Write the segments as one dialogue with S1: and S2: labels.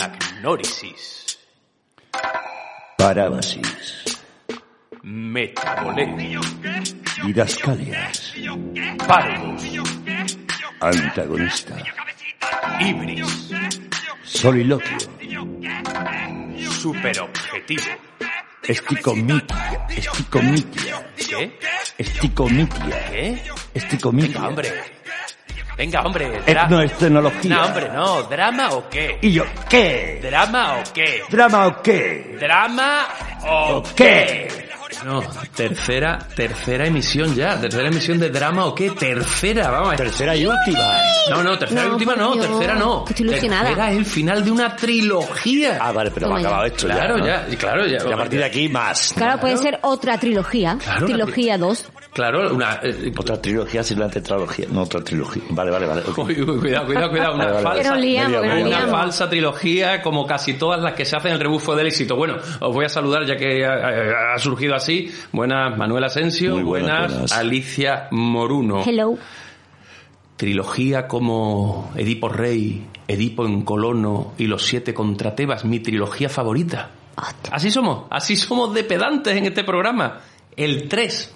S1: Anagnórisis.
S2: Parábasis.
S1: Metabolé.
S2: Didascaleas.
S1: Parvus.
S2: Antagonista.
S1: Ibris.
S2: Soliloquio.
S1: Superobjetivo.
S2: Esticomitia. Esticomitia.
S1: ¿Qué?
S2: Esticomitia.
S1: ¿Qué?
S2: Esticomitia.
S1: Venga, hombre. Venga, hombre.
S2: Eh,
S1: dra-
S2: Etnoestenología.
S1: No, hombre, no. ¿Drama o qué?
S2: ¿Y yo qué?
S1: ¿Drama o qué?
S2: ¿Drama o qué?
S1: ¿Drama o
S2: ¿O qué?
S1: No, tercera, tercera emisión ya. Tercera emisión de drama o qué? Tercera, vamos.
S2: Tercera y última.
S1: No, no, tercera y
S3: No,
S1: última
S3: por
S1: no,
S3: Dios,
S1: tercera no.
S3: que estoy ilusionada.
S1: Tercera es el final de una trilogía.
S2: Ah, vale, pero me
S3: Toma
S2: ha
S3: ya.
S2: acabado esto
S1: claro,
S2: ya. ¿no?
S1: ya, y claro, ya.
S2: Y a partir de aquí, más.
S3: Claro, puede ser otra trilogía.
S1: Claro,
S3: trilogía 2.
S1: Claro, una. eh,
S2: Otra trilogía sin la tetralogía. No, otra trilogía. Vale, vale, vale. ok.
S1: uy, uy, cuidado, cuidado, cuidado. Una
S2: Vale, vale, vale.
S3: Que
S1: falsa.
S3: nos liamos,
S2: Medio,
S3: que nos
S2: medio.
S1: Una
S3: liamos.
S1: falsa trilogía, como casi todas las que se hacen en el rebufo del éxito. Bueno, os voy a saludar ya que eh, ha, surgido así. Buenas, Manuel Asensio.
S2: Muy buenas, buenas.
S1: Alicia Moruno.
S3: Hello.
S1: Trilogía como Edipo Rey, Edipo en Colono y Los Siete contra Tebas, mi trilogía favorita. Así somos, así somos de pedantes en este programa. El 3,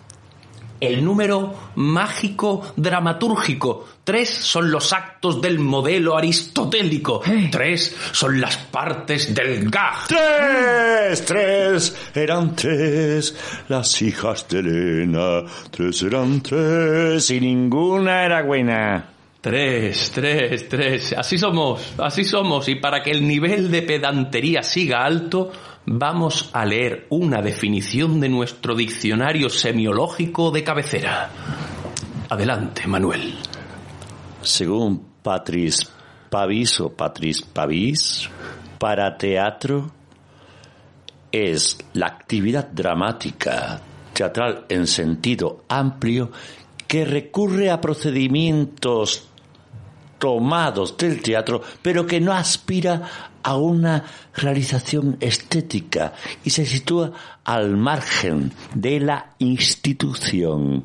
S1: el número mágico dramatúrgico. Tres son los actos del modelo aristotélico. Tres son las partes del gag.
S2: Tres, tres, eran tres, las hijas de Elena, tres eran tres y ninguna era buena.
S1: Tres, tres, tres. Así somos, así somos. Y para que el nivel de pedantería siga alto, vamos a leer una definición de nuestro diccionario semiológico de cabecera. Adelante, Manuel.
S2: Según Patris Pavis o Patris Pavis, para teatro es la actividad dramática, teatral en sentido amplio, que recurre a procedimientos tomados del teatro, pero que no aspira a una realización estética y se sitúa al margen de la institución.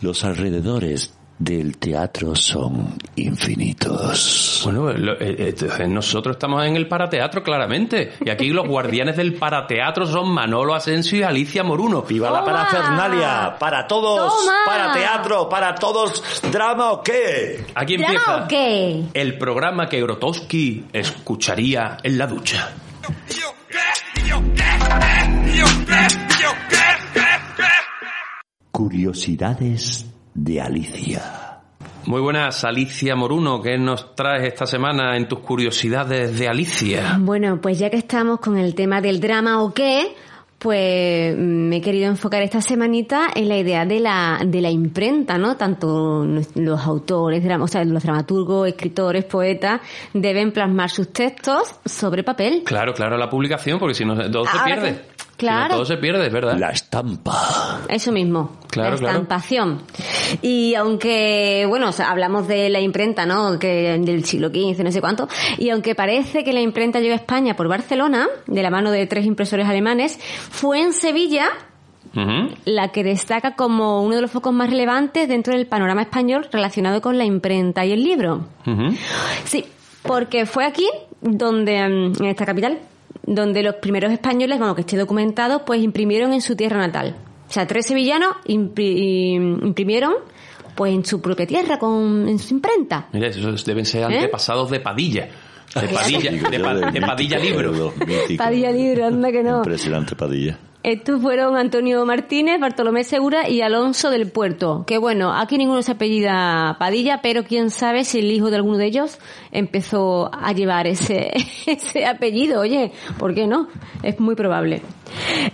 S2: Los alrededores del teatro son infinitos.
S1: Bueno, lo- eh, eh, nosotros estamos en el parateatro, claramente. Y aquí los guardianes del parateatro son Manolo Asensio y Alicia Moruno.
S2: ¡Viva la
S3: ¡Toma!
S2: parafernalia! ¡Para todos!
S3: ¡Toma!
S2: ¡Para teatro! ¡Para todos! ¿Drama o qué?
S1: Aquí
S3: ¿Drama
S1: empieza
S3: o qué?
S1: el programa que Grotowski escucharía en la ducha.
S2: Curiosidades de Alicia.
S1: Muy buenas, Alicia Moruno, ¿qué nos traes esta semana en tus curiosidades de Alicia?
S3: Bueno, pues ya que estamos con el tema del drama o qué, pues mm, me he querido enfocar esta semanita en la idea de la, de la imprenta, ¿no? Tanto nos- los autores, dram- o sea, los dramaturgos, escritores, poetas, deben plasmar sus textos sobre papel.
S1: Claro, claro, la publicación, porque si no, todo se
S3: Ah, Ahora
S1: pierde.
S3: que-
S1: Si no,
S3: claro.
S1: todo se pierde, es verdad.
S2: La estampa.
S3: Eso mismo,
S1: Claro,
S3: la
S1: claro.
S3: estampación. Y aunque, bueno, o sea, hablamos de la imprenta, ¿no? Que del siglo XV, no sé cuánto. Y aunque parece que la imprenta llegó a España por Barcelona, de la mano de tres impresores alemanes, fue en Sevilla
S1: Ujú.
S3: la que destaca como uno de los focos más relevantes dentro del panorama español relacionado con la imprenta y el libro.
S1: Ujú.
S3: Sí, porque fue aquí donde, mm, en esta capital, donde los primeros españoles, vamos, que esté documentado, pues imprimieron en su tierra natal. O sea, tres sevillanos impri- imprimieron pues en su propia tierra, con, en su imprenta.
S1: Mira, esos deben ser
S3: ¿Eh?
S1: antepasados de Padilla. De Padilla,
S2: Digo
S1: de,
S2: yo,
S1: Pa-
S2: del
S1: de
S2: mítico
S1: Padilla Libro. Eh,
S2: Eudo, mítico.
S3: Padilla libre, anda que no.
S2: Impresionante Padilla.
S3: Estos fueron Antonio Martínez, Bartolomé Segura y Alonso del Puerto. Que bueno, aquí ninguno se apellida Padilla, pero quién sabe si el hijo de alguno de ellos empezó a llevar ese, ese apellido. Oye, ¿por qué no? Es muy probable.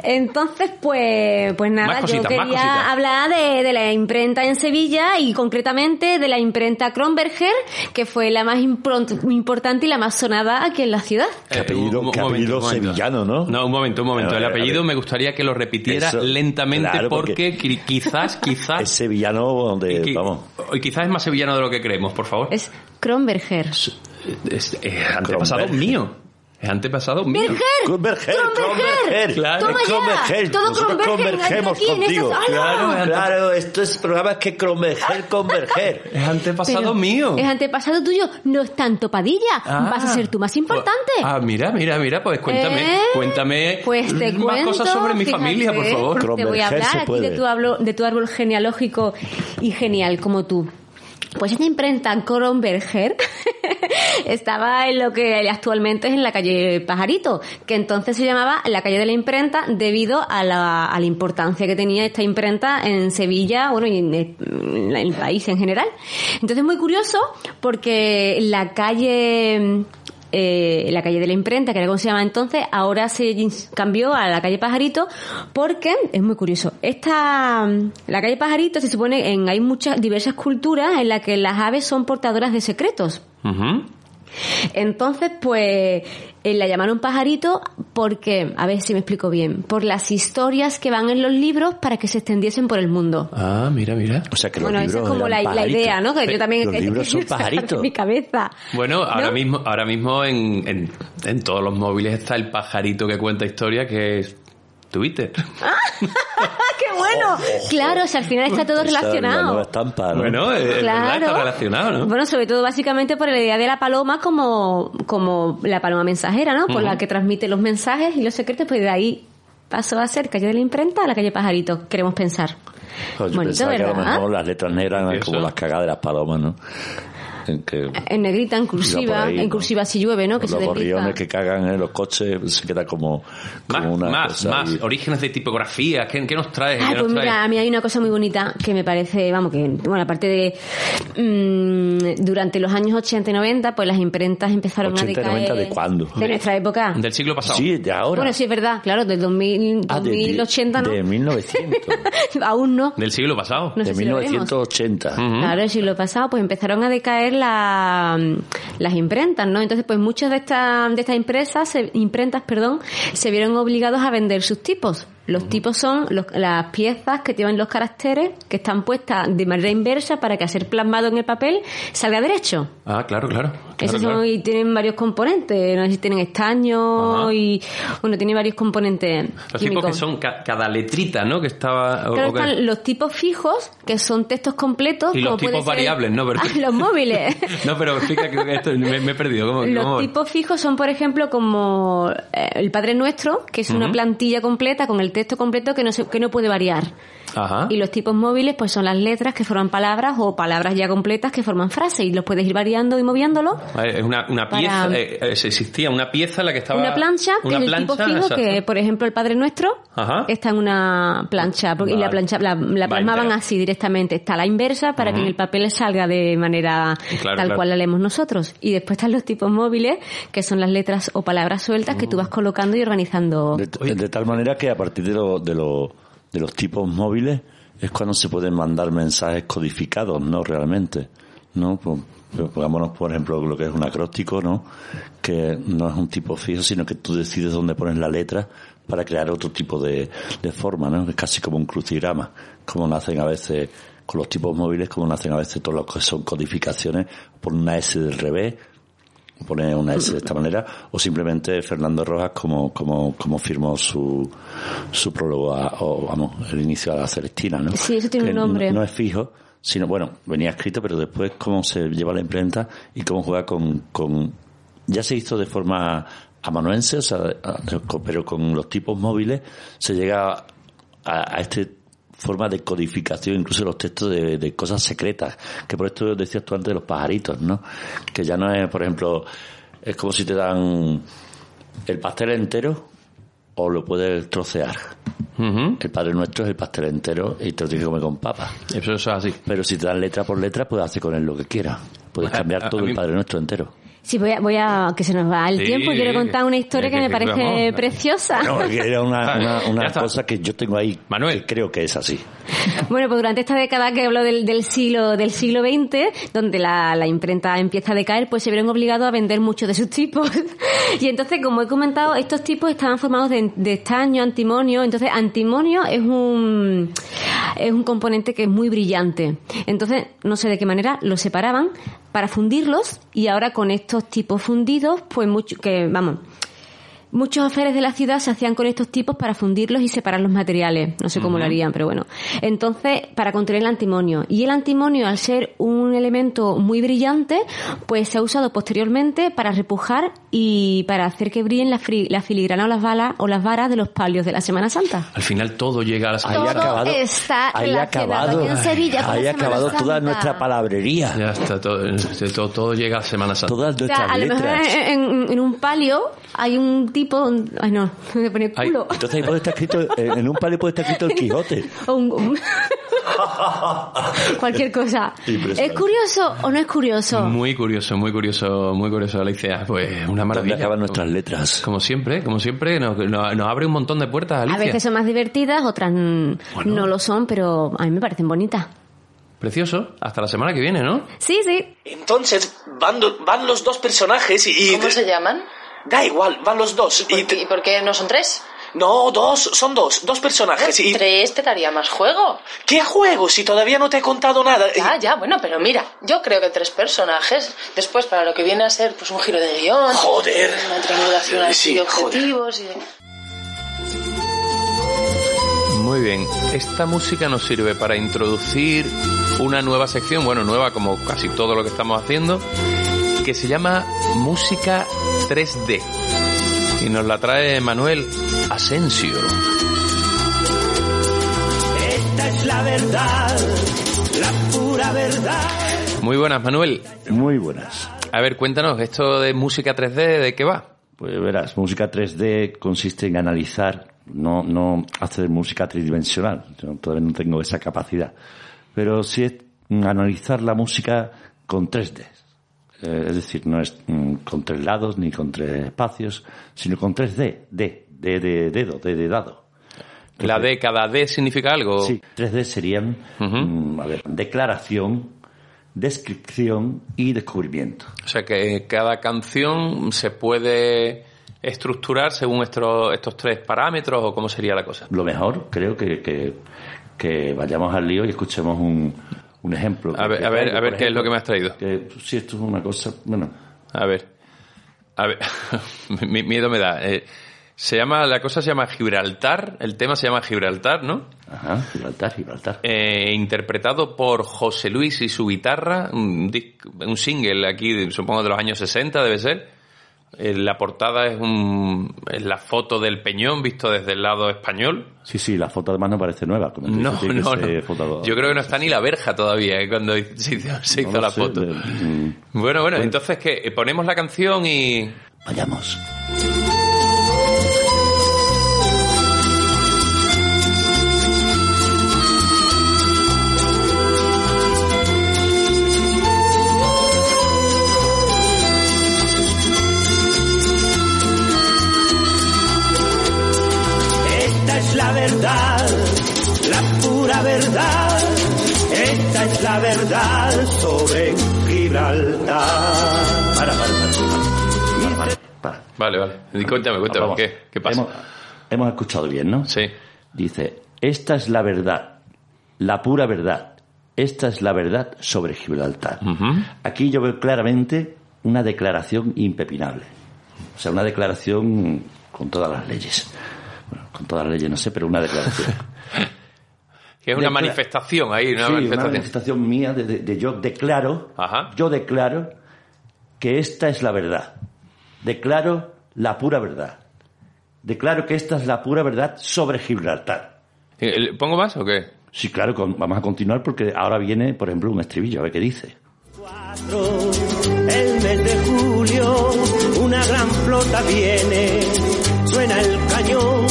S3: Entonces, pues, pues nada,
S1: Más cositas,
S3: yo
S1: más
S3: quería
S1: cositas.
S3: hablar de, de la imprenta en Sevilla y concretamente de la imprenta Kronberger, que fue la más impron- importante y la más sonada aquí en la ciudad.
S2: Qué
S1: Eh,
S2: apellido-
S1: un- un
S2: qué
S1: momento,
S2: apellido
S1: un momento.
S2: sevillano, ¿no?
S1: No, un momento, un momento.
S2: A
S1: El
S2: ver, a
S1: apellido
S2: ver.
S1: me gustaría que lo repitiera
S2: Eso,
S1: lentamente
S2: claro,
S1: porque,
S2: porque-
S1: qui- quizás,
S2: Es
S1: quizás...
S2: sevillano donde,
S1: qui-
S2: vamos.
S1: y quizás es más sevillano de lo que creemos, por favor.
S3: Es Kronberger.
S1: Es, es antepasado
S2: Kronberg.
S1: mío. Es antepasado mío.
S3: ¡Berger!
S2: Converger, converger,
S1: Claro,
S3: Toma ya.
S2: converger.
S3: Todo
S2: Nosotros
S3: Kronberger,
S2: convergemos
S3: aquí en ¡Ah!
S2: contigo.
S3: esas- ¡Hala!
S2: Claro, claro, esto es programa que converger, converger.
S1: Es antepasado
S3: Pero
S1: mío.
S3: Es antepasado tuyo. No es tanto Padilla.
S1: Ah.
S3: Vas a ser tú más importante.
S1: Ah, mira, mira, mira, pues cuéntame,
S3: ¿Eh?
S1: cuéntame
S3: pues te
S1: más
S3: cuento,
S1: cosas sobre mi
S3: fíjate,
S1: familia, por favor.
S3: Te voy a
S2: Kronberger se
S3: hablar aquí de
S2: puede.
S3: tu, hablo- de tu árbol genealógico y genial como tú. Pues esta imprenta Kronberger estaba en lo que actualmente es en la calle Pajarito, que entonces se llamaba la calle de la imprenta debido a la, a la importancia que tenía esta imprenta en Sevilla, bueno, y en el, en el país en general. Entonces muy curioso porque la calle eh, la calle de la imprenta, que era como se llamaba entonces, ahora se ins- cambió a la calle Pajarito porque, es muy curioso, esta, mm, la calle Pajarito se supone en, hay muchas, diversas culturas en las que las aves son portadoras de secretos.
S1: Ujú.
S3: Entonces, pues, eh, la llamaron Pajarito porque, a ver si me explico bien, por las historias que van en los libros para que se extendiesen por el mundo.
S1: Ah, mira, mira.
S2: O sea que los
S3: Bueno, esa
S2: libros
S3: es como la,
S2: eran
S3: la idea,
S2: pajaritos.
S3: ¿no? Que yo también
S2: Los libros son
S3: o sea,
S2: pajaritos.
S3: Mi cabeza.
S1: Bueno, ahora
S3: ¿No?
S1: mismo, ahora mismo en, en, en todos los móviles está el pajarito que cuenta historia que es Twitter.
S3: ¡Ah, qué
S2: Oh,
S3: bueno! Claro, o sea, al final está todo
S2: Esa es La
S3: relacionado.
S2: nueva estampa, ¿no?
S1: Bueno, eh, es- es verdad, está relacionado, ¿no?
S3: Bueno, sobre todo básicamente por la idea de la paloma como, como la paloma mensajera, ¿no? Por la que transmite los mensajes y los secretos, pues de ahí pasó a ser calle de la imprenta a la calle Pajarito, queremos pensar.
S2: Pues yo
S3: Bonito,
S2: pensaba que a lo
S3: ¿verdad?
S2: mejor las letras negras eran
S1: Curioso.
S2: como las cagadas de las palomas, ¿no? En que-
S3: En negrita, en
S2: Iba por
S3: cursiva,
S2: ahí,
S3: en
S2: ¿no?
S3: cursiva si llueve, ¿no? Que se
S2: los gorriones
S3: desliza.
S2: que cagan en los coches se queda como,
S1: Más,
S2: como una
S1: más,
S2: cosa
S1: más.
S2: ahí.
S1: Orígenes de tipografía. ¿Qué, qué nos traes?
S3: Ah,
S1: ¿Qué nos
S3: pues
S1: traes?
S3: mira, a mí hay una cosa muy bonita que me parece, vamos, que, bueno, aparte de, mm, durante los años 80 y 90, pues las imprentas empezaron
S2: 80 y
S3: a
S2: 90
S3: decaer.
S2: ¿de cuándo?
S3: De nuestra época.
S1: Del siglo pasado.
S2: Sí, de ahora.
S3: Bueno, sí, es verdad, claro, del 2000,
S2: Ah, de- de-
S3: 2080, ¿no?
S2: De 1900.
S3: Aún no.
S1: Del siglo pasado.
S3: No sé
S2: de
S3: si lo veremos.
S2: 1980.
S3: Claro, el siglo pasado, pues empezaron a decaer la- las imprentas, ¿no? Entonces, pues muchas de estas de estas empresas, se- imprentas, perdón, se vieron obligados a vender sus tipos. Los tipos son los- las piezas que llevan los caracteres que están puestas de manera inversa para que a ser plasmado en el papel salga derecho.
S1: Ah, claro, claro. claro,
S3: Esos son-
S1: claro.
S3: y tienen varios componentes, no sé si tienen estaño
S1: Ajá.
S3: y bueno, tiene varios componentes.
S1: Los tipos
S3: químicos.
S1: que son ca- cada letrita, ¿no? Que estaba... o-
S3: Claro,
S1: o que-
S3: están los tipos fijos, que son textos completos.
S1: Y los
S3: como puede
S1: tipos
S3: ser-
S1: variables, ¿no? Pero-
S3: Ah, los móviles.
S1: No, pero explica que esto me, me he perdido. ¿Cómo, cómo-
S3: Los tipos fijos son, por ejemplo, como eh, el Padre Nuestro, que es una plantilla completa con el texto completo que no, se- que no puede variar.
S1: Ajá.
S3: Y los tipos móviles, pues son las letras que forman palabras o palabras ya completas que forman frases y los puedes ir variando y moviéndolo.
S1: Vale, Es una, una
S3: Para-
S1: pieza, eh, eh, existía una pieza en la que estaba...
S3: una plancha, que
S1: una
S3: es el
S1: plancha,
S3: tipo fijo,
S1: exacto.
S3: que por ejemplo el Padre Nuestro
S1: Ajá.
S3: está en una plancha, porque- y
S1: Vale.
S3: la plancha la, la
S1: Vale,
S3: plasmaban
S1: ya.
S3: así directamente, está la inversa para que en el papel salga de manera
S1: Claro,
S3: tal
S1: claro.
S3: cual la leemos nosotros. Y después están los tipos móviles, que son las letras o palabras sueltas
S1: Mm.
S3: que tú vas colocando y organizando.
S2: De, de tal manera que a partir de, lo- de, lo- de los tipos móviles es cuando se pueden mandar mensajes codificados, ¿no? Realmente, ¿no? Pues, pues, Pongámonos, por ejemplo, lo que es un acróstico, ¿no? Que no es un tipo fijo, sino que tú decides dónde pones la letra para crear otro tipo de, de forma, ¿no? Es casi como un crucigrama, como nacen a veces con los tipos móviles, como nacen a veces todos los que son codificaciones, por una S del revés, pone una S de esta manera, o simplemente Fernando Rojas como, como, como firmó su, su prólogo a- o vamos, el inicio a la Celestina, ¿no?
S3: Sí, eso tiene
S2: Que
S3: un
S2: no-
S3: nombre.
S2: No, es fijo, sino, bueno, venía escrito, pero después cómo se lleva la imprenta y cómo juega con, con ya se hizo de forma amanuense, o sea, a- con- pero con los tipos móviles se llega a, a este forma de codificación, incluso los textos de, de cosas secretas, que por esto decías tú antes de los pajaritos, ¿no? Que ya no es, por ejemplo, es como si te dan el pastel entero o lo puedes trocear.
S1: Ujú.
S2: El Padre Nuestro es el pastel entero y te lo tienes que comer con papas.
S1: Eso, eso es así.
S2: Pero si te dan letra por letra, puedes hacer con él lo que quieras. Puedes
S1: A-
S2: cambiar
S1: a-
S2: todo
S1: a mí-
S2: el Padre Nuestro entero.
S3: Sí, voy a, voy a- que se nos va el
S1: Sí,
S3: tiempo. Quiero contar una historia
S1: que-
S3: que, me
S1: que-
S3: parece
S1: vamos.
S3: preciosa.
S2: No, porque era una, una, una
S1: Ya está.
S2: cosa que yo tengo ahí
S1: Manuel.
S2: que creo que es así.
S3: Bueno, pues durante esta década que hablo del, del siglo del siglo XX, donde la, la imprenta empieza a decaer, pues se vieron obligados a vender muchos de sus tipos. y entonces, como he comentado, estos tipos estaban formados de, de estaño, antimonio. Entonces, antimonio es un es un componente que es muy brillante. Entonces, no sé de qué manera los separaban para fundirlos y ahora con estos tipos fundidos, pues mucho que vamos Muchos aferes de la ciudad se hacían con estos tipos para fundirlos y separar los materiales. No sé cómo lo harían, pero bueno. Entonces, para contener el antimonio. Y el antimonio, al ser un elemento muy brillante, pues se ha usado posteriormente para repujar y para hacer que brillen las fri- las filigranas o las balas o las varas de los palios de la Semana Santa.
S1: Al final todo llega a la
S2: Ahí ha
S1: Semana Santa.
S2: acabado,
S3: está
S2: ahí ha
S3: relacionado
S2: acabado,
S3: aquí en Sevilla con la
S2: ahí ha
S3: Semana
S2: acabado toda
S3: Santa.
S2: nuestra palabrería,
S1: Ya está, todo, este, todo, todo llega a Semana Santa.
S2: todas
S3: O sea,
S2: nuestras
S3: a lo mejor
S2: letras.
S3: en, en- en un palio hay un tipo... Ay, no, me pone
S1: Ay,
S3: culo.
S2: Entonces ahí puede estar escrito, en en un palio puede estar escrito el Quijote.
S3: O un- un- Cualquier cosa.
S2: Impresionante.
S3: ¿Es curioso o no es curioso?
S1: Muy curioso, muy curioso, muy curioso, Alicia. Pues una
S2: Donde
S1: maravilla.
S2: acaban nuestras letras.
S1: Como siempre, como siempre, nos, nos- nos abre un montón de puertas, Alicia.
S3: A veces son más divertidas, otras mm,
S1: Bueno.
S3: no lo son, pero a mí me parecen bonitas.
S1: Precioso. Hasta la semana que viene, ¿no?
S3: Sí, sí.
S4: Entonces van, do- van los dos personajes y... y-
S5: ¿Cómo se llaman?
S4: Da igual, van los dos.
S5: ¿Por
S4: Y
S5: qué- ¿Y por qué no son tres?
S4: No, dos, son dos, dos personajes. Y...
S5: Tres te daría más juego.
S4: ¿Qué juego si todavía no te he contado nada?
S5: Ya, ya, bueno, pero mira, yo creo que tres personajes, después para lo que viene a ser pues un giro de guión,
S4: Joder.
S5: una triangulación así
S4: Sí,
S5: de
S4: joder.
S5: objetivos y de-
S1: Muy bien. Esta música nos sirve para introducir una nueva sección, bueno, nueva como casi todo lo que estamos haciendo, que se llama Música 3D. Y nos la trae Manuel Asensio. Muy buenas, Manuel.
S2: Muy buenas.
S1: A ver, cuéntanos, esto de música 3D, ¿de qué va?
S2: Pues verás, música 3D consiste en analizar, no, no hacer música tridimensional, yo todavía no tengo esa capacidad, pero sí es mm, analizar la música con 3D. Eh, es decir, no es mm, con tres lados ni con tres espacios, sino con 3D, D, D de dedo, D de dado.
S1: La D, cada D significa algo.
S2: Sí, 3D serían, mm, a ver, declaración, descripción y descubrimiento.
S1: O sea que cada canción se puede estructurar según estos, estos tres parámetros o cómo sería la cosa.
S2: lo mejor creo que, que, que vayamos al lío y escuchemos un, un ejemplo.
S1: A ver, a ver, a ver qué es lo que me has traído.
S2: Que, si esto es una cosa, bueno,
S1: A ver. A ver. mi- miedo me da. Eh, se llama, la cosa se llama Gibraltar, el tema se llama Gibraltar, ¿no?
S2: ajá, Gibraltar, Gibraltar.
S1: Eh, interpretado por José Luis y su guitarra, un, disc- un single aquí, supongo de los años 60 debe ser. Eh, la portada es, un, es la foto del peñón visto desde el lado español.
S2: Sí, sí, la foto además no parece nueva. Como tú
S1: No,
S2: dices, tiene que
S1: no,
S2: ser
S1: no.
S2: foto-
S1: Yo creo que no está ni la verja todavía eh, cuando se hizo, se
S2: No
S1: hizo
S2: lo
S1: la
S2: sé,
S1: foto.
S2: de- mm,
S1: Bueno, bueno, entonces que ponemos la canción y
S2: Vayamos.
S6: Esta es la verdad, la pura verdad. Esta es la verdad sobre Gibraltar.
S2: Para, para, para. para, para, para.
S1: vale, vale. Y cuéntame, cuéntame
S2: Vamos.
S1: qué qué pasa.
S2: Hemos, hemos escuchado bien, ¿no?
S1: Sí.
S2: Dice, esta es la verdad, la pura verdad. Esta es la verdad sobre Gibraltar. Aquí yo veo claramente una declaración impepinable. O sea, una declaración con todas las leyes. Bueno, con todas las leyes no sé, pero una declaración.
S1: Que es una
S2: Decla-
S1: manifestación ahí, una
S2: sí, una
S1: manifestación.
S2: manifestación mía de, de- de yo declaro,
S1: Ajá.
S2: yo declaro que esta es la verdad. Declaro la pura verdad. Declaro que esta es la pura verdad sobre Gibraltar.
S1: Eh, ¿le ¿Pongo más o qué?
S2: Sí, claro, con- vamos a continuar porque ahora viene, por ejemplo, un estribillo, a ver qué dice.
S6: El mes de julio, una gran flota viene. Suena el cañón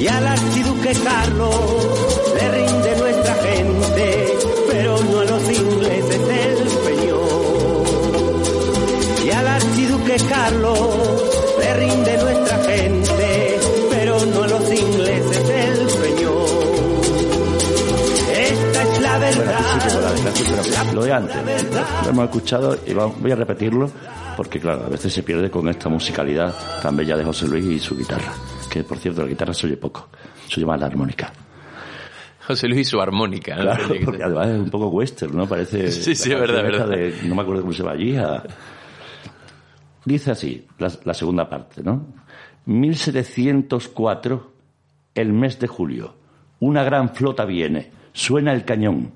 S6: y al archiduque sujetarlo le rinde nuestra gente, pero no a los ingleses el peñón. Y al archiduque Carlos le rinde nuestra gente, pero no a los ingleses el peñón. Esta es la
S2: Bueno,
S6: verdad.
S2: sí que fue la desgracia, pero lo de antes. Lo hemos escuchado y va- voy a repetirlo porque, claro, a veces se pierde con esta musicalidad tan bella de José Luis y su guitarra. Que, por cierto, la guitarra se oye poco. Se oye más la armónica.
S1: José Luis y su armónica. ¿no?
S2: Claro, porque además es un poco western, ¿no? Parece...
S1: Sí, sí,
S2: la
S1: es verdad,
S2: canción esta
S1: verdad.
S2: de- no me acuerdo cómo se va allí. a- Dice así, la, la segunda parte, ¿no? 1704, el mes de julio, una gran flota viene, suena el cañón,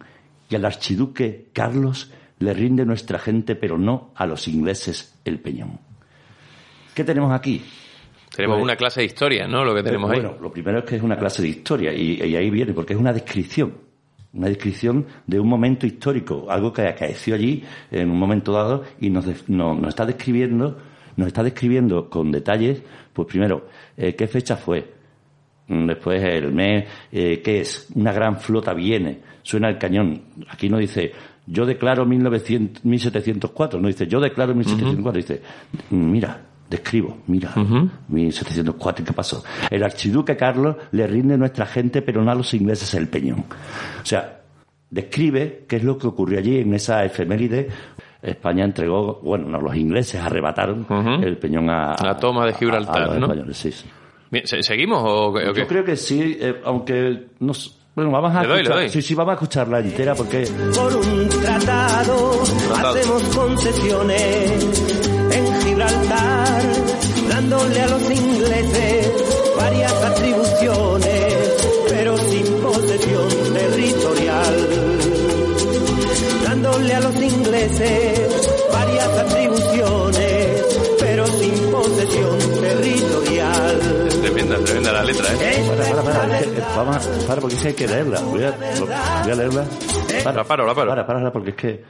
S2: y al archiduque Carlos le rinde nuestra gente, pero no a los ingleses el peñón. ¿Qué tenemos aquí?
S1: Tenemos una clase de historia, ¿no? Lo que tenemos ahí.
S2: Pues- Bueno, lo primero es que es una clase de historia y, y ahí viene, porque es una descripción. Una descripción de un momento histórico, algo que acaeció allí en un momento dado y nos, des- no- nos está describiendo, nos está describiendo con detalles, pues primero, eh, qué fecha fue, Mm, después el mes, eh, ¿qué es? Una gran flota viene, suena el cañón. Aquí no dice, yo declaro 1900, 1704, no dice, yo declaro 1704, dice, mira, describo, mira, 1704, ¿qué pasó? El archiduque Carlos le rinde nuestra gente, pero no a los ingleses el peñón. O sea, describe qué es lo que ocurrió allí en esa efeméride. España entregó, bueno, no, los ingleses arrebataron el peñón a,
S1: La toma de
S2: a- a- a
S1: Gibraltar,
S2: los
S1: ¿no?
S2: españoles, sí, sí.
S1: Bien, ¿se- ¿Seguimos o, o qué?
S2: Yo creo que sí, eh, aunque no s- bueno, vamos a
S1: Le doy, le
S2: escuchar-
S1: doy.
S2: sí, sí, vamos a escucharla entera porque
S6: por un tratado, hacemos concesiones en Gibraltar, dándole a los ingleses varias atribuciones, pero sin posesión territorial dándole a los ingleses varias atribuciones, pero sin posesión territorial.
S1: Tremenda, tremenda la letra, ¿eh?
S2: para,
S6: Esta
S2: para,
S6: es la
S2: para, es que- eh,
S6: verdad.
S2: vamos a- para, porque es que hay que leerla. Voy a, lo- voy a leerla.
S1: La paro, la paro.
S2: Para, para, para, porque es que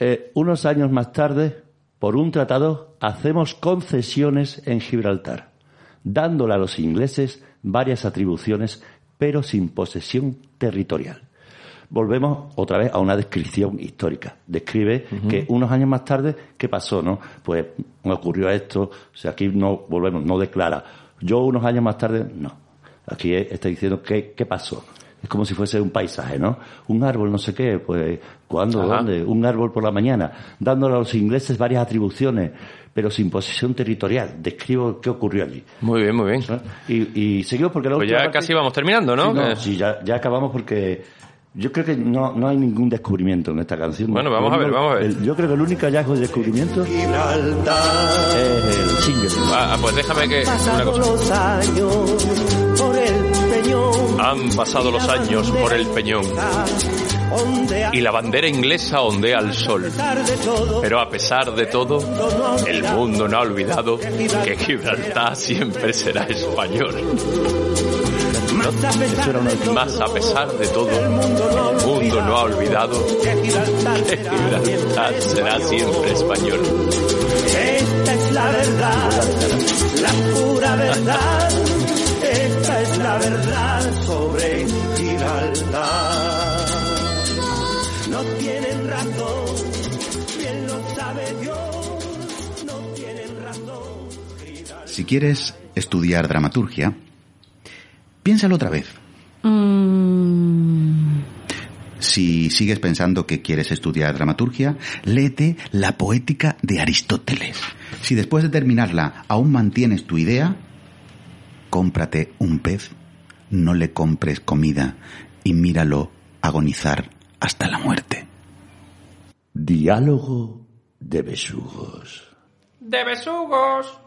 S2: eh, unos años más tarde, por un tratado, hacemos concesiones en Gibraltar, dándole a los ingleses varias atribuciones, pero sin posesión territorial. Volvemos otra vez a una descripción histórica. Describe que unos años más tarde, ¿qué pasó? no Pues ocurrió esto, o sea, aquí no volvemos, no declara. Yo unos años más tarde, no. Aquí está diciendo qué, qué pasó. Es como si fuese un paisaje, ¿no? Un árbol, no sé qué, pues, ¿cuándo?
S1: Ajá.
S2: ¿Dónde? Un árbol por la mañana, dándole a los ingleses varias atribuciones, pero sin posesión territorial. Describo qué ocurrió allí.
S1: Muy bien, muy bien.
S2: ¿no? Y, y seguimos porque la
S1: Pues
S2: última
S1: ya
S2: parte-
S1: casi vamos terminando, ¿no?
S2: Sí,
S1: Eh,
S2: sí, ya, ya acabamos porque yo creo que no, no hay ningún descubrimiento en esta canción.
S1: Bueno, vamos
S2: El
S1: a ver,
S2: único-
S1: vamos a ver.
S2: el- yo creo que el único hallazgo de descubrimiento es el single.
S1: Ah, ah, pues déjame que... Una
S6: Pasados
S1: cosa.
S6: los años por el peñón.
S1: Han pasado los años por el peñón
S6: Ondea-
S1: y la bandera inglesa ondea al sol.
S6: pesar de todo,
S1: Pero a pesar de todo, el mundo no ha olvidado que Gibraltar siempre será español.
S6: más a pesar de todo,
S1: Más a pesar de todo, el mundo no ha olvidado
S6: que Gibraltar
S1: que
S6: será
S1: Gibraltar
S6: siempre
S1: será
S6: español.
S1: siempre español.
S6: Esta es la verdad, la pura verdad. Esta es la verdad sobre Gibraltar. No tienen razón, bien lo sabe Dios. No tienen razón.
S7: Si quieres estudiar dramaturgia, piénsalo otra vez.
S3: Mm,
S7: Si sigues pensando que quieres estudiar dramaturgia, léete La poética de Aristóteles. Si después de terminarla aún mantienes tu idea, cómprate un pez, no le compres comida y míralo agonizar hasta la muerte.
S2: Diálogo de besugos.
S1: ¡De besugos!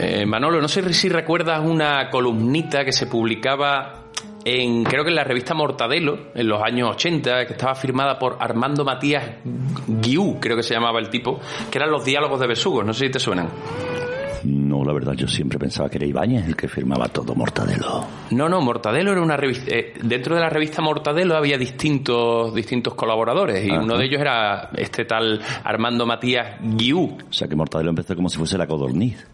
S1: Eh, Manolo, no sé si recuerdas una columnita que se publicaba en, creo que en la revista Mortadelo, en los años 80, que estaba firmada por Armando Matías Guiú, creo que se llamaba el tipo, que eran los diálogos de besugos, no sé si te suenan.
S2: No, la verdad, yo siempre pensaba que era Ibáñez el que firmaba todo Mortadelo.
S1: No, no, Mortadelo era una revista. eh, dentro de la revista Mortadelo había distintos, distintos colaboradores y
S2: Ajá.
S1: uno de ellos era este tal Armando Matías Guiú.
S2: O sea que Mortadelo empezó como si fuese la codorniz.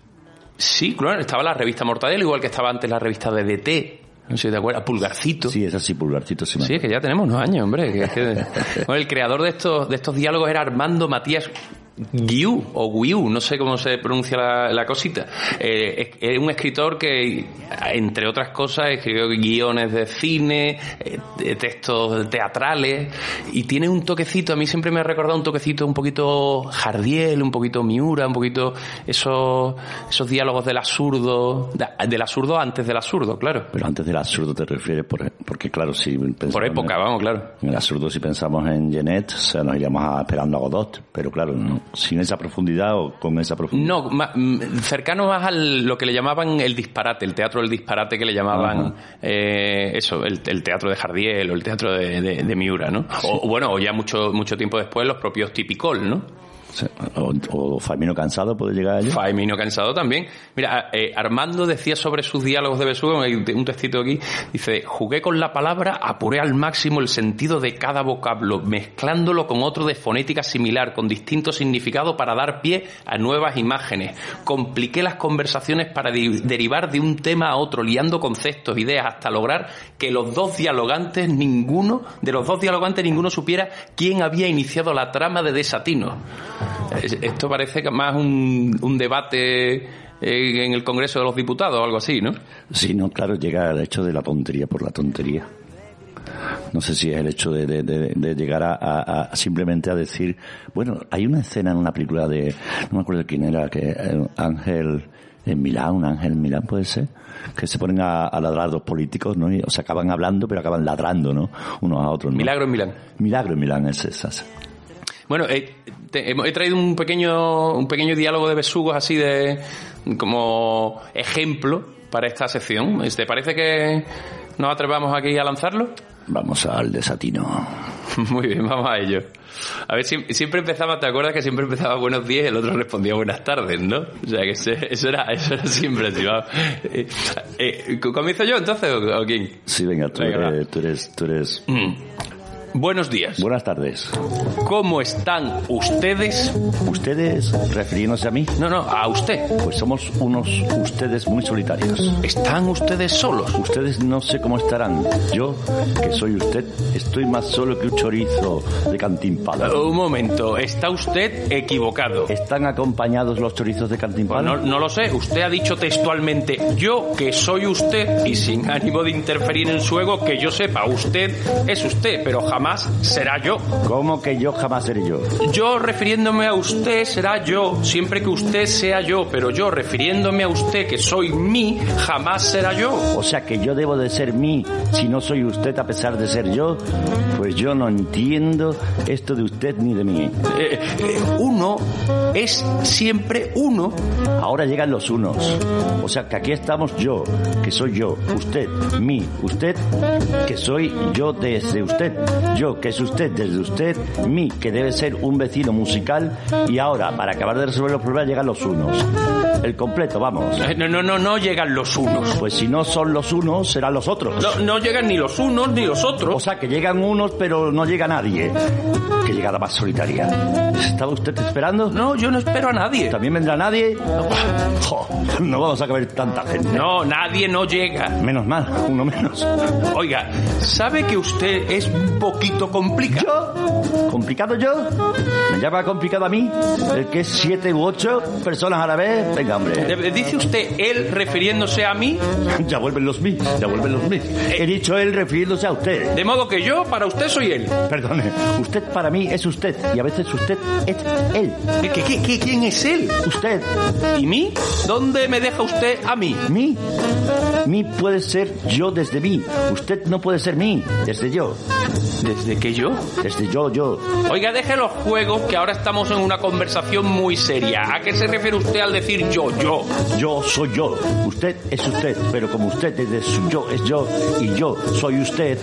S1: Sí, claro, estaba la revista Mortadelo, igual que estaba antes la revista de DT. No sé si te acuerdas, Pulgarcito.
S2: Sí, es así, Pulgarcito, sí. me
S1: Sí, es que ya tenemos unos años, hombre. que- que- Bueno, el creador de estos, de estos diálogos era Armando Matías Guiu, o Guiu, no sé cómo se pronuncia la, la cosita. Eh, es, es un escritor que, entre otras cosas, escribió guiones de cine, eh, de textos teatrales, y tiene un toquecito, a mí siempre me ha recordado un toquecito un poquito Jardiel, un poquito Miura, un poquito esos, esos diálogos del absurdo, da- del absurdo antes del absurdo, claro.
S2: Pero antes del absurdo te refieres, por- porque claro, si pensamos...
S1: Por época,
S2: en-
S1: vamos, claro.
S2: En el absurdo, si pensamos en Jeanette, o sea, nos iríamos a- esperando a Godot, pero claro, no, sin esa profundidad o con esa profundidad.
S1: No, ma- mm, cercano más a lo que le llamaban el disparate, el teatro del disparate que le llamaban eh, eso, el, el teatro de Jardiel o el teatro de, de- de Miura, ¿no? O bueno, o ya mucho mucho tiempo después los propios Tipicol, ¿no?
S2: O sea, O, o Faimino Cansado puede llegar allí.
S1: Faimino Cansado también. Mira, a- eh, Armando decía sobre sus diálogos de Besugo, hay un textito aquí, dice, jugué con la palabra, apuré al máximo el sentido de cada vocablo, mezclándolo con otro de fonética similar, con distinto significado para dar pie a nuevas imágenes. Compliqué las conversaciones para di- derivar de un tema a otro, liando conceptos, ideas, hasta lograr que los dos dialogantes, ninguno, de los dos dialogantes, ninguno supiera quién había iniciado la trama de desatino. Es- Esto parece que más un, un debate eh, en el Congreso de los Diputados o algo así, ¿no?
S2: Sí, no, claro, llega al hecho de la tontería por la tontería. No sé si es el hecho de, de- de- de llegar a, a- a simplemente a decir, bueno, hay una escena en una película de, no me acuerdo quién era, que eh, Ángel en Milán, un Ángel en Milán puede ser, que se ponen a, a ladrar dos políticos, ¿no? Y, o sea, acaban hablando, pero acaban ladrando, ¿no? Unos a otros, ¿no?
S1: Milagro en Milán.
S2: Milagro en Milán es esa. esa.
S1: Bueno, eh, te- he, he traído un pequeño, un pequeño diálogo de besugos así de como ejemplo para esta sección. ¿Te parece que nos atrevamos aquí a lanzarlo?
S2: Vamos al desatino.
S1: Muy bien, vamos a ello. A ver, siem- siempre empezaba, ¿te acuerdas que siempre empezaba buenos días y el otro respondía buenas tardes, ¿no? O sea, que ese- eso era, eso era siempre así, vamos. Eh, eh, ¿Comienzo yo entonces o, o quién?
S2: Sí, venga, tú,
S1: Venga,
S2: eres, tú eres, tú eres-
S1: Mm. Buenos días.
S2: Buenas tardes.
S1: ¿Cómo están ustedes?
S2: ¿Ustedes refiriéndose a mí?
S1: No, no, a usted.
S2: Pues somos unos ustedes muy solitarios.
S1: ¿Están ustedes solos?
S2: Ustedes no sé cómo estarán. Yo, que soy usted, estoy más solo que un chorizo de cantimpala.
S1: Un momento, está usted equivocado.
S2: ¿Están acompañados los chorizos de
S1: Pues
S2: cantimpala?
S1: No, no lo sé, usted ha dicho textualmente, yo que soy usted, y sin ánimo de interferir en su ego, que yo sepa, usted es usted, pero jamás será yo.
S2: ¿Cómo que yo jamás seré yo?
S1: Yo refiriéndome a usted será yo, siempre que usted sea yo, pero yo refiriéndome a usted que soy mí, jamás será yo.
S2: O sea que yo debo de ser mí si no soy usted a pesar de ser yo. Pues yo no entiendo esto de usted ni de mí.
S1: Eh, eh, uno es siempre uno.
S2: Ahora llegan los unos. O sea que aquí estamos yo, que soy yo, usted, mí, usted, que soy yo desde usted, yo, que es usted desde usted, mí, que debe ser un vecino musical, y ahora, para acabar de resolver los problemas, llegan los unos. El completo, vamos.
S1: Eh, No, no, no, no llegan los unos.
S2: Pues si no son los unos, serán los otros.
S1: No, no llegan ni los unos ni los
S2: O
S1: otros.
S2: sea que llegan unos, pero no llega nadie. Qué llegada más solitaria. ¿Estaba usted esperando?
S1: No, yo no espero a nadie.
S2: ¿También vendrá nadie? Jo, no vamos a caber tanta gente.
S1: No, nadie no llega.
S2: Menos mal, uno menos.
S1: Oiga, ¿sabe que usted es un poquito complicado?
S2: ¿Yo? ¿Complicado yo? ¿Me llama complicado a mí? El que es siete u ocho personas a la vez. Venga, hombre.
S1: Eh, ¿Dice usted él refiriéndose a mí?
S2: Ya vuelven los mí, ya vuelven los mí. He dicho él refiriéndose a usted.
S1: De modo que yo, para usted, soy él.
S2: Perdone, usted para mí es usted y a veces usted es él.
S1: ¿Qué, qué- qué- quién es él?
S2: Usted,
S1: ¿Y mí? ¿Dónde me deja usted a mí?
S2: mí. Mí puede ser yo desde mí. Usted no puede ser mí, desde yo.
S1: ¿Desde que yo?
S2: Desde yo, yo.
S1: Oiga, deje los juegos que ahora estamos en una conversación muy seria. ¿A qué se refiere usted al decir yo, yo?
S2: Yo soy yo, usted es usted, pero como usted es de su yo es yo y yo soy usted,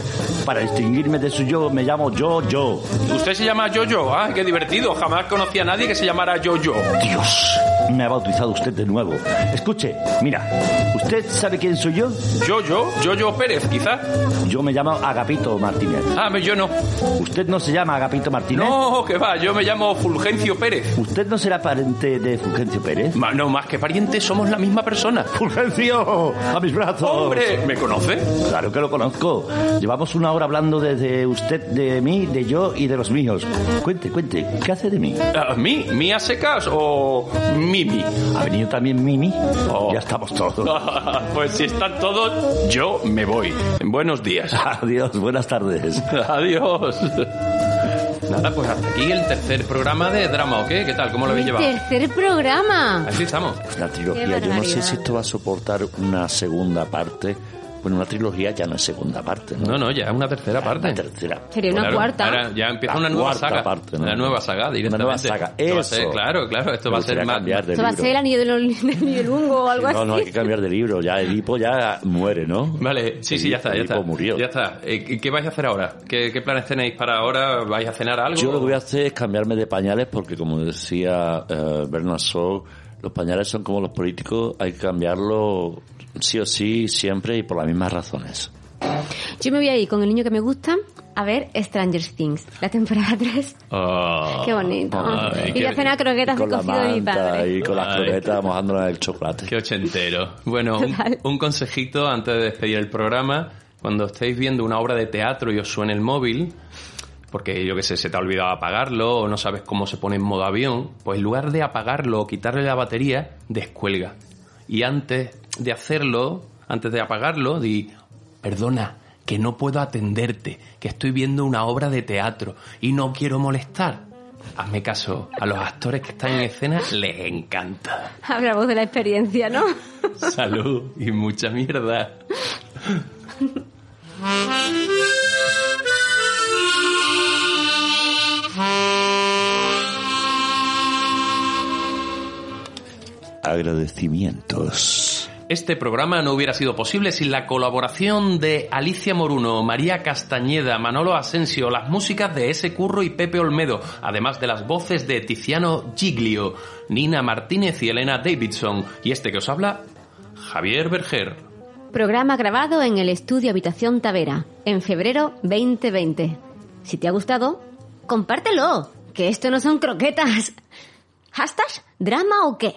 S2: para distinguirme de su yo me llamo yo yo.
S1: Usted se llama yo, yo. Ah, qué divertido. Jamás conocí a nadie que se llamara yo, yo.
S2: Dios,
S8: Me ha bautizado usted de nuevo. Escuche, mira, ¿usted sabe quién soy yo?
S1: Yo, yo, yo, yo Pérez, quizás.
S8: Yo me llamo Agapito Martínez.
S1: Ah, me- yo no.
S8: ¿Usted no se llama Agapito Martínez?
S1: No, que va, yo me llamo Fulgencio Pérez.
S8: ¿Usted no será pariente de Fulgencio Pérez?
S1: Ma- no, más que pariente, somos la misma persona.
S8: ¡Fulgencio! ¡A mis brazos!
S1: ¡Hombre! ¿Me conoce?
S8: Claro que lo conozco. Llevamos una hora hablando desde usted, de mí, de yo y de los míos. Cuente, cuente, ¿qué hace de mí?
S1: Ah, ¿Mí? ¿Mí a secas o Mimi?
S8: ¿Ha venido también Mimi?
S1: Oh.
S8: Ya estamos todos.
S1: pues si están todos, yo me voy. Buenos días.
S8: Adiós, buenas tardes.
S1: Adiós. Nada, pues hasta aquí el tercer programa de Drama, ¿o qué? ¿Qué tal? ¿Cómo lo habéis llevado?
S3: Tercer programa.
S1: Así estamos.
S2: La trilogía,
S3: Qué
S2: yo no sé
S3: barbaridad.
S2: si esto va a soportar una segunda parte. Bueno, una trilogía ya no es segunda parte, ¿no?
S1: No, no, ya es una tercera parte.
S2: Una tercera.
S3: Sería una
S1: Claro,
S3: cuarta.
S1: Ahora ya empieza
S2: La
S1: una nueva
S2: cuarta
S1: saga.
S2: parte, ¿no?
S1: Una nueva saga directamente.
S2: Una nueva saga,
S1: Esto va a ser-
S2: eso.
S1: claro, claro, esto
S2: Me
S1: va a ser
S2: gustaría
S1: más.
S2: cambiar de
S3: Esto va a
S2: libro.
S3: ser el anillo del, del Nibelungo o algo
S2: No,
S3: así.
S2: no, hay que cambiar de libro. Ya Edipo ya muere, ¿no?
S1: Vale, sí, sí, ya está, ya
S2: Edipo
S1: está.
S2: murió.
S1: Ya está. Eh, ¿Qué qué vais a hacer ahora? ¿Qué, qué planes tenéis para ahora? ¿Vais a cenar algo?
S2: Yo lo que voy a hacer es cambiarme de pañales porque, como decía eh, Bernard Shaw, los pañales son como los políticos, hay que cambiarlo sí o sí, siempre y por las mismas razones.
S3: Yo me voy a ir con el niño que me gusta a ver Stranger Things, la temporada 3.
S1: Ah.
S3: Qué bonito.
S1: Ay,
S3: y
S1: qué-
S3: voy a cenar croquetas que
S2: Con la
S3: cocido de mi
S2: manta
S3: padre.
S2: y con las
S1: Ay.
S2: croquetas mojándolas en el chocolate.
S1: Qué ochentero. Bueno, un, un consejito antes de despedir el programa. Cuando estéis viendo una obra de teatro y os suene el móvil, porque yo que sé, se te ha olvidado apagarlo o no sabes cómo se pone en modo avión, pues en lugar de apagarlo o quitarle la batería, descuelga. Y antes de hacerlo, antes de apagarlo, di, perdona, que no puedo atenderte, que estoy viendo una obra de teatro y no quiero molestar. Hazme caso, a los actores que están en escena les encanta.
S3: Hablamos de la experiencia, ¿no?
S1: Salud y mucha mierda.
S2: Agradecimientos.
S1: Este programa no hubiera sido posible sin la colaboración de Alicia Moruno, María Castañeda, Manolo Asensio, las músicas de S. Curro y Pepe Olmedo, además de las voces de Tiziano Giglio, Nina Martínez y Elena Davidson. Y este que os habla, Javier Berger.
S3: Programa grabado en el estudio Habitación Tavera, en febrero 2020. Si te ha gustado, compártelo, que esto no son croquetas. Hashtag drama o qué.